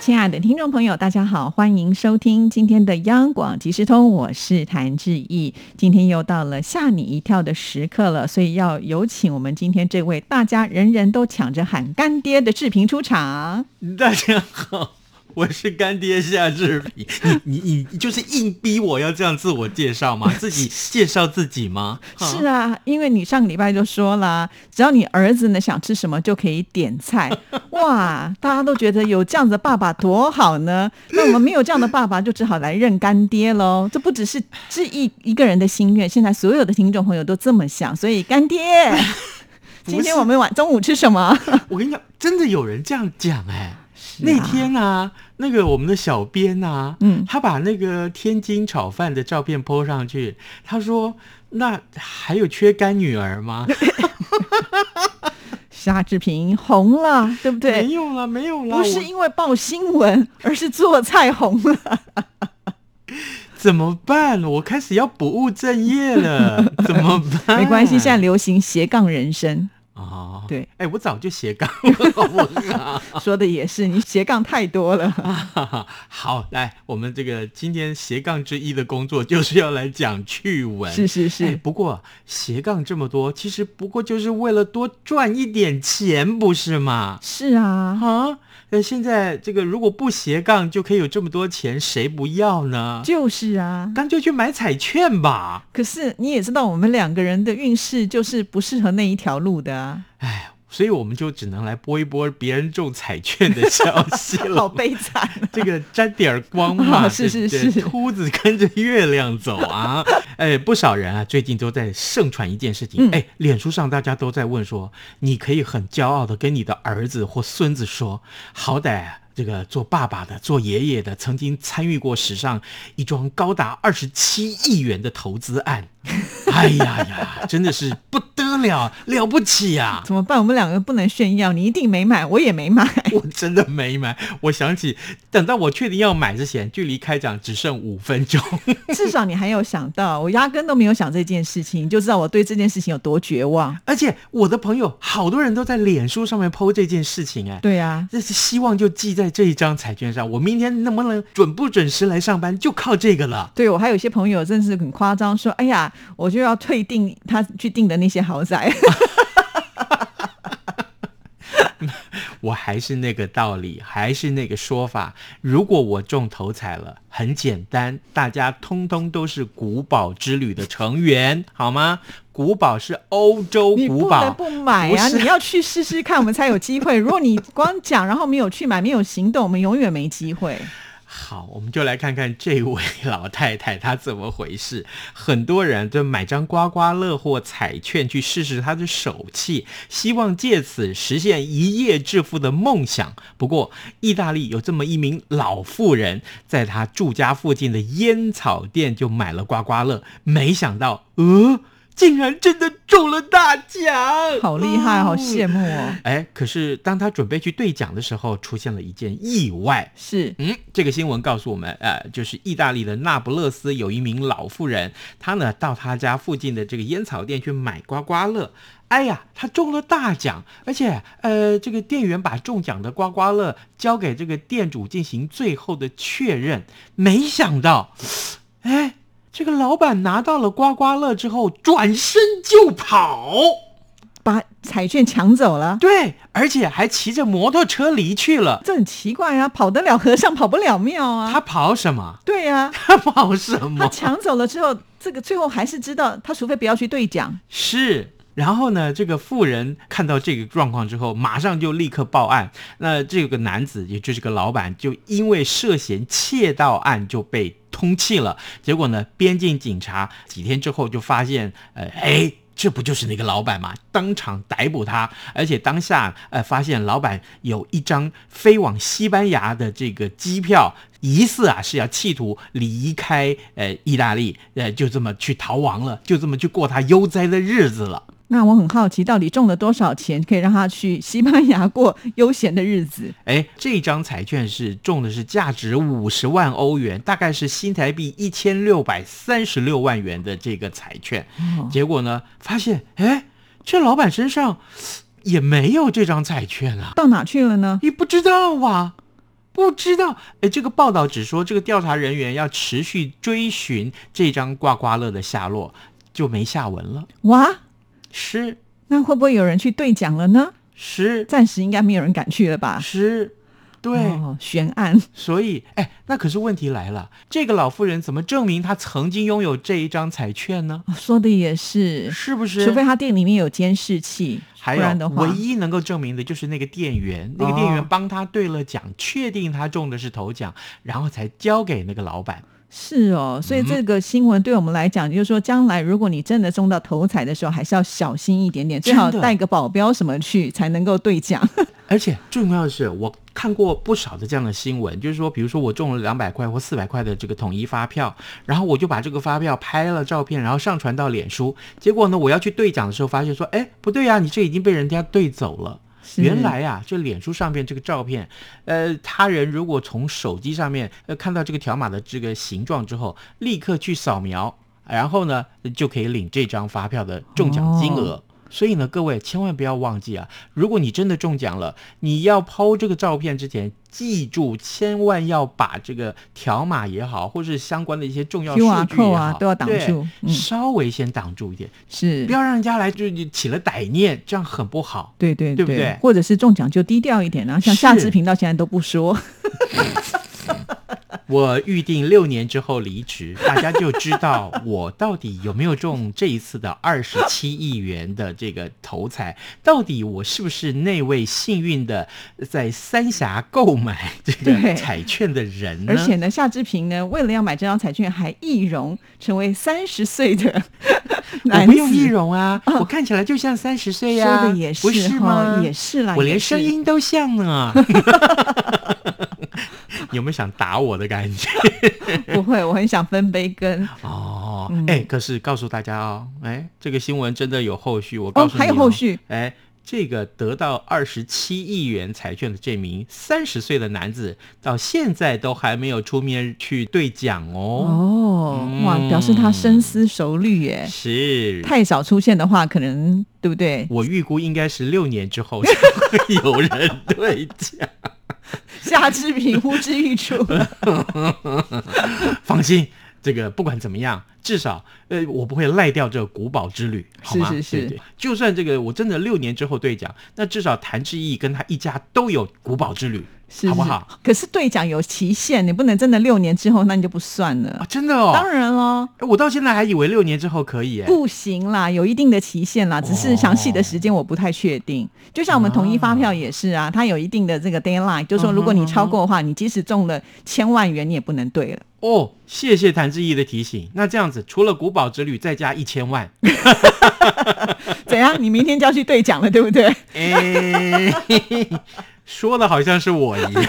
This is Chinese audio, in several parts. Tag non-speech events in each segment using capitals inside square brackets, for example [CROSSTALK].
亲爱的听众朋友，大家好，欢迎收听今天的央广即时通，我是谭志毅。今天又到了吓你一跳的时刻了，所以要有请我们今天这位大家人人都抢着喊干爹的志平出场。大家好，我是干爹夏志平。你你你就是硬逼我要这样自我介绍吗？自己介绍自 [LAUGHS] 己吗？是啊，因为你上个礼拜就说啦，只要你儿子呢想吃什么就可以点 [LAUGHS] 菜。哇，大家都觉得有这样子的爸爸多好呢。那我们没有这样的爸爸，就只好来认干爹喽。这不只是志毅一个人的心愿，现在所有的听众朋友都这么想，所以干 [LAUGHS] 爹，今天我们晚中午吃什么？我跟你讲，真的有人这样讲哎、啊 [LAUGHS] 那天啊，那个我们的小编啊，嗯他把那个天津炒饭的照片 PO 上去，他说：“那还有缺干女儿吗？”夏志平红了，对不 [LAUGHS] 没对？有啦，没有啦，啊不是我因为报新闻，而是做菜红了。怎么办？我开始要不务正业 [LAUGHS] 了，怎么办？没关系，现在流行斜杠人生，哦，对哎、我早就斜杠了，好不好？ [LAUGHS] 说的也是，你斜杠太多了。 [LAUGHS] 好，来，我们这个今天斜杠之一的工作就是要来讲趣闻。是是是，哎不过斜杠这么多，其实不过就是为了多赚一点钱，不是吗？是啊，啊，那现在这个如果不斜杠就可以有这么多钱，谁不要呢？就是啊。干脆去买彩券吧。可是你也知道，我们两个人的运势就是不适合那一条路的啊，哎，所以我们就只能来播一播别人中彩券的消息了。 [LAUGHS] 好 [LAUGHS] 悲惨啊、这个沾点儿光 [LAUGHS] 嘛，啊是对是对是秃子跟着月亮走啊！ [LAUGHS] 哎，不少人啊，最近都在盛传一件事情嗯，哎、脸书上大家都在问说，你可以很骄傲的跟你的儿子或孙子说，好歹、啊。这个做爸爸的、做爷爷的，曾经参与过史上一桩高达二十七亿元的投资案，哎呀呀，真的是不得了，了不起啊呀、怎么办？我们两个不能炫耀，你一定没买， [LAUGHS] 我也没买。我真的没买。我想起，等到我确定要买之前，距离开奖只剩五分钟。 [LAUGHS] 至少你还有想到，我压根都没有想这件事情，你就知道我对这件事情有多绝望。而且我的朋友好多人都在脸书上面 PO 这件事情、哎，对啊，这是希望就记在这一张彩券上。我明天能不能准不准时来上班，就靠这个了。对我还有一些朋友真是很夸张，说：“哎呀，我就要退订他去订的那些豪宅。 [LAUGHS] 我还是那个道理，还是那个说法。如果我中头彩了，很简单，大家通通都是古堡之旅的成员，好吗？古堡是欧洲你古不堡得，不买啊！不是你要去试试看，我们才有机会。如 [LAUGHS] 果你光讲，然后没有去买，没有行动，我们永远没机会。好，我们就来看看这位老太太她怎么回事。 [LAUGHS] 很多人就买张刮刮乐或彩券去试试她的手气，希望借此实现一夜致富的梦想。不过，意大利有这么一名老妇人，在她住家附近的烟草店就买了刮刮乐，没想到，呃，竟然真的中了大奖，好厉害，好慕。羡慕哦！哎，可是当她准备去兑奖的时候，出现了一件意外。是嗯，这个新闻告诉我们，呃，就是意大利的那不勒斯有一名老妇人，她呢到她家附近的这个烟草店去买刮刮乐。哎呀，她中了大奖，而且呃，这个店员把中奖的刮刮乐交给这个店主进行最后的确认。没想到，哎，这个老板拿到了刮刮乐之后，转身就跑，把彩券抢走了，对，而且还骑着摩托车离去了。这很奇怪啊！跑得了和尚跑不了庙啊！他跑什么？对啊，他跑什他么？抢走了之后，这个最后还是知道他，除非不要去兑奖。是。然后呢，这个妇人看到这个状况之后，马上就立刻报案。那这个男子，也就是个老板，就因为涉嫌窃盗案就被通缉了。结果呢，边境警察几天之后就发现，呃，哎。这不就是那个老板吗？当场逮捕他，而且当下呃发现老板有一张飞往西班牙的这个机票，疑似啊是要企图离开呃意大利，呃就这么去逃亡了，就这么去过他悠哉的日子了。那我很好奇，到底中了多少钱可以让他去西班牙过悠闲的日子？哎，这张彩券是中的是价值五十万欧元，大概是新台币一千六百三十六万元的这个彩券。哦结果呢，发现哎，这老板身上也没有这张彩券啊，到哪去了呢？你不知道啊。不知道，哎，这个报道只说这个调查人员要持续追寻这张刮刮乐的下落，就没下文了。哇，是那会不会有人去兑奖了呢？是暂时应该没有人敢去了吧？是，对，哦，悬案。 [LAUGHS] 所以，哎，那可是问题来了，这个老妇人怎么证明她曾经拥有这一张彩券呢？哦说的也是，是不是？除非他店里面有监视器，还不然有的话唯，一能够证明的就是那个店员，那个哦店员帮他兑了奖，确定他中的是头奖，然后才交给那个老板。是嗯哦。所以这个新闻对我们来讲，就是说，将来如果你真的中到头彩的时候，还是要小心一点点，最好真的带个保镖什么去，才能够兑奖。而且最重要的是，我看过不少的这样的新闻，就是说，比如说我中了两百块或四百块的这个统一发票，然后我就把这个发票拍了照片，然后上传到脸书，结果呢，我要去兑奖的时候，发现说，哎，不对呀、你这已经被人家兑走了。是 [LAUGHS] 原来啊，这脸书上面这个照片，呃，他人如果从手机上面呃看到这个条码的这个形状之后，立刻去扫描，然后呢就可以领这张发票的中奖哦金额。所以呢，各位千万不要忘记啊，如果你真的中奖了，你要抛这个照片之前，记住千万要把这个条码也好，或是相关的一些重要数 QR 据也好， code 啊都要挡对住嗯稍微先挡住一点，是不，要让人家来就就起了歹念，这样很不好。对对对不对或者是中奖就低调一点啊，像是夏志平到现在都不说，我预定六年之后离职，大家就知道我到底有没有中这一次的二十七亿元的这个头彩，到底我是不是那位幸运的在三峡购买这对个彩券的人呢？而且呢，夏志平呢，为了要买这张彩券，还易容成为三十岁的我 [LAUGHS] 男不子。用易容啊，我看起来就像三十岁呀、说的也不是是吗哈，？也是啦，我连也是声音都像 [LAUGHS] 呢。有没有想打我的感觉？ [LAUGHS] 不会，我很想分杯羹。哦，哎、可是告诉大家哦，哎，这个新闻真的有后续， [LAUGHS] 我告哦，诉你、还有后，续，哎。这个得到二十七亿元彩券的这名三十岁的男子，到现在都还没有出面去兑奖哦。哦，哇，嗯表示他深思熟虑耶。是，太少出现的话，可能对不对？我预估应该是六年之后才会有人兑奖。夏志平呼之欲 [LAUGHS] 出，放心，这个不管怎么样，至少呃，我不会赖掉这个古堡之旅，好吗？是是是对对就算这个我真的六年之后兑奖，那至少谭志毅跟他一家都有古堡之旅，是是好不好？可是兑奖有期限，你不能真的六年之后，那你就不算啊了。？真的哦，当然喽，哎我到现在还以为六年之后可以哎。不行啦，有一定的期限哦啦，只是详细的时间我不太确定。就像我们统一发票也是啊，它有一定的这个 deadline，就是嗯说如果你超过的话，你即使中了千万元，你也不能兑了。哦，谢谢谭志毅的提醒。那这样子，除了古堡之旅，再加一千万。怎样？你明天就要去兑奖了，对不对？哎， [LAUGHS] 说的好像是我一样。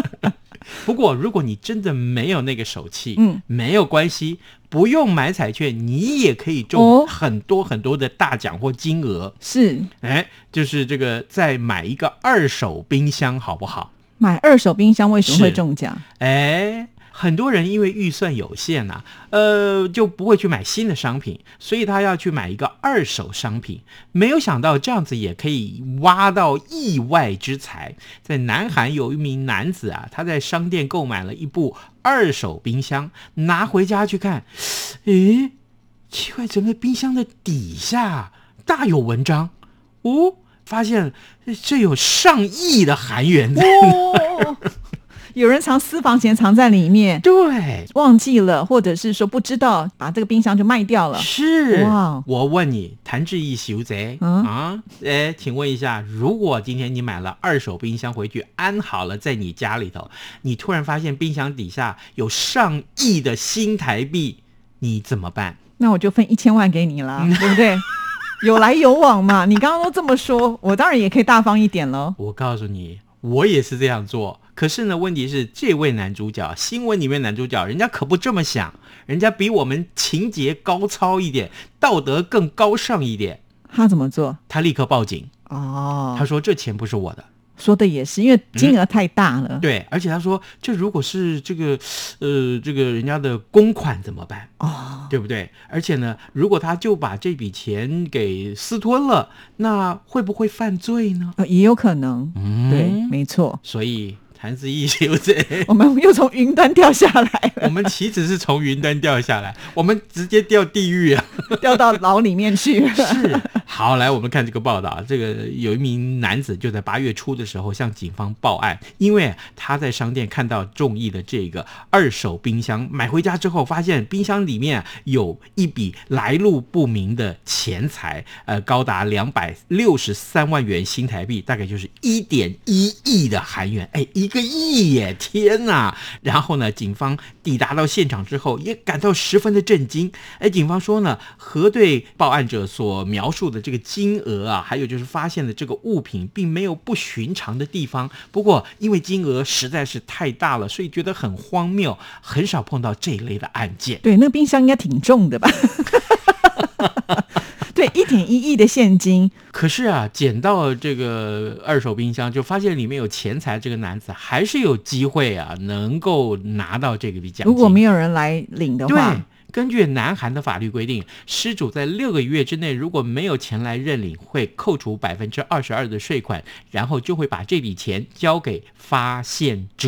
[LAUGHS] 不过，如果你真的没有那个手气，嗯，没有关系，不用买彩券，你也可以中哦很多很多的大奖或金额。是哎，就是这个，再买一个二手冰箱，好不好？买二手冰箱为什么会是中奖？哎，很多人因为预算有限呐、呃，就不会去买新的商品，所以他要去买一个二手商品。没有想到这样子也可以挖到意外之财。在南韩有一名男子啊，他在商店购买了一部二手冰箱，拿回家去看，诶，奇怪，整个冰箱的底下大有文章哦。发现呃这有上亿的韩元在，哦， [LAUGHS] 有人藏私房钱藏在里面，对，忘记了，或者是说不知道，把这个冰箱就卖掉了。是哇我问你，谭志毅修贼、嗯啊？哎，请问一下，如果今天你买了二手冰箱回去安好了在你家里头，你突然发现冰箱底下有上亿的新台币，你怎么办？那我就分一千万给你 [LAUGHS] 啦，对不对？有来有往嘛，你刚刚都这么说，我当然也可以大方一点喽。我告诉你，我也是这样做。可是呢，问题是这位男主角，新闻里面男主角，人家可不这么想，人家比我们情节高超一点，道德更高尚一点。他怎么做？他立刻报警，哦他，说这钱不是我的。说的也是，因为金额太大了。对，而且他说这如果是这个，呃，这个人家的公款怎么办？哦，对不对？而且呢，如果他就把这笔钱给私吞了，那会不会犯罪呢？呃也有可能，嗯对，没错。所以谭子毅有罪。我们又从云端掉下来 [LAUGHS] 我们岂止是从云端掉下来，我们直接掉地狱啊！了，掉到牢里面去了。是，好，来我们看这个报道啊，这个有一名男子就在八月初的时候向警方报案，因为他在商店看到中意的这个二手冰箱，买回家之后发现冰箱里面有一笔来路不明的钱财，呃，高达两百六十三万元新台币，大概就是一点一亿的韩元，哎，一个亿耶！天哪！然后呢，警方抵达到现场之后，也感到十分的震惊。哎，警方说呢，核对报案者所描述的这个金额啊，还有就是发现的这个物品，并没有不寻常的地方。不过，因为金额实在是太大了，所以觉得很荒谬，很少碰到这一类的案件。对，那个冰箱应该挺重的吧？ [LAUGHS] 对，一点一亿的现金，可是啊，捡到这个二手冰箱，就发现里面有钱财，这个男子还是有机会啊，能够拿到这个笔奖金。如果没有人来领的话对，，根据南韩的法律规定，失主在六个月之内如果没有钱来认领，会扣除百分之二十二的税款，然后就会把这笔钱交给发现者。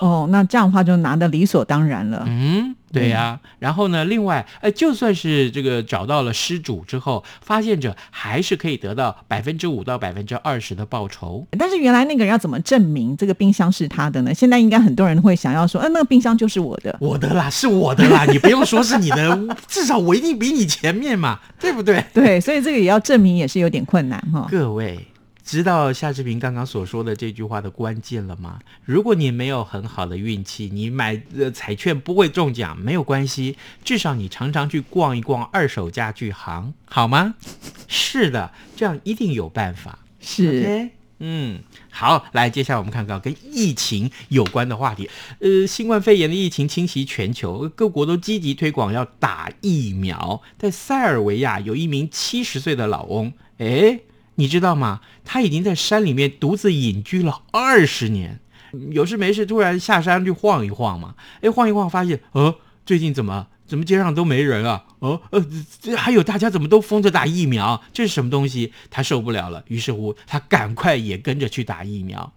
哦，那这样的话就拿的理所当然了。嗯，对呀、然后呢，另外，呃，就算是这个找到了失主之后，发现者还是可以得到百分之五到百分之二十的报酬。但是原来那个人要怎么证明这个冰箱是他的呢？现在应该很多人会想要说，嗯、那个冰箱就是我的。我的啦，是我的啦，你不用说是你的，至少我一定比你前面嘛，对不对？对，所以这个也要证明也是有点困难哈。各位，知道夏志平刚刚所说的这句话的关键了吗？如果你没有很好的运气，你买呃彩券不会中奖，没有关系，至少你常常去逛一逛二手家具行，好吗？是的，这样一定有办法。是 OK，嗯，好，来，接下来我们看看跟疫情有关的话题。呃，新冠肺炎的疫情侵袭全球，各国都积极推广要打疫苗。在塞尔维亚，有一名七十岁的老翁，诶，你知道吗？他已经在山里面独自隐居了二十年，有事没事突然下山去晃一晃嘛。诶，哎晃一晃发现，呃，最近怎么？怎么街上都没人啊？哦，呃，这这还有大家怎么都疯着打疫苗？这是什么东西？他受不了了，于是乎他赶快也跟着去打疫苗，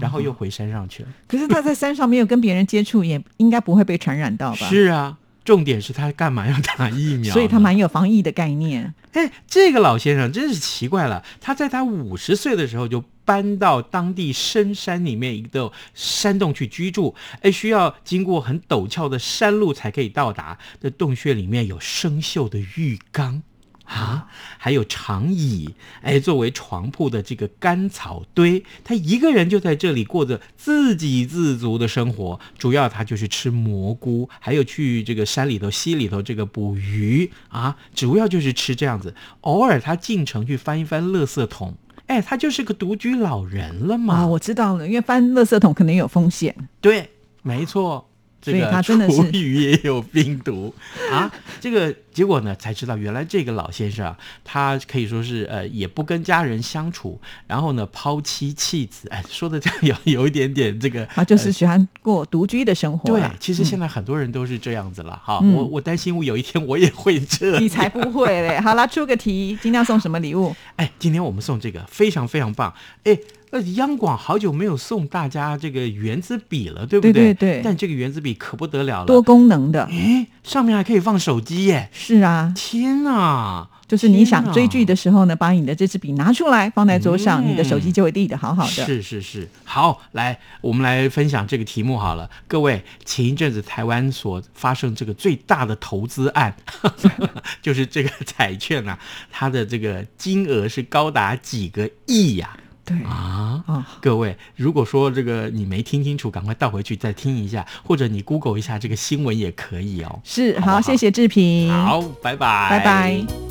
然后又回山上去了。可是他在山上没有跟别人接触，也应该不会被传染到吧？，是啊，重点是他干嘛要打疫苗呢？所以他蛮有防疫的概念。哎，这个老先生真是奇怪了，他在他五十岁的时候就搬到当地深山里面一个山洞去居住，哎，需要经过很陡峭的山路才可以到达。这洞穴里面有生锈的浴缸。啊，还有长椅，哎，作为床铺的这个干草堆，他一个人就在这里过着自给自足的生活。主要他就是吃蘑菇，还有去这个山里头、溪里头这个捕鱼啊，主要就是吃这样子。偶尔他进城去翻一翻垃圾桶，哎，他就是个独居老人了嘛。啊，我知道了，因为翻垃圾桶可能有风险。对，没错，哦这所以个他真的厨是余也有病毒 [LAUGHS] 啊。这个结果呢，才知道原来这个老先生啊，他可以说是呃，也不跟家人相处，然后呢，抛妻弃子，哎，说的这样有 [LAUGHS] 有一点点这个他啊就是喜欢过独居的生活对啦。，其实 [LAUGHS] 现在很多人都是这样子了哈。嗯我我担心我有一天我也会 [LAUGHS] 这样你才不会嘞！好啦，出个题，今天要送什么礼物？哎，今天我们送这个非常非常棒，哎。呃，央广好久没有送大家这个圆珠笔了，对不对对对对但这个圆珠笔可不得了了，多功能的，哎，上面还可以放手机耶！是啊，天哪，就是你天想哪追剧的时候呢，把你的这支笔拿出来放在桌上，嗯你的手机就会立得好好的。是是是，好，来，我们来分享这个题目好了。各位，前一阵子台湾所发生这个最大的投资案， [LAUGHS] 就是这个彩券啊，它的这个金额是高达几个亿呀、对啊？啊！啊，各位，如果说这个你没听清楚，赶快倒回去再听一下，或者你 Google 一下这个新闻也可以哦。是好不好好，谢谢志平，好，拜拜，拜拜。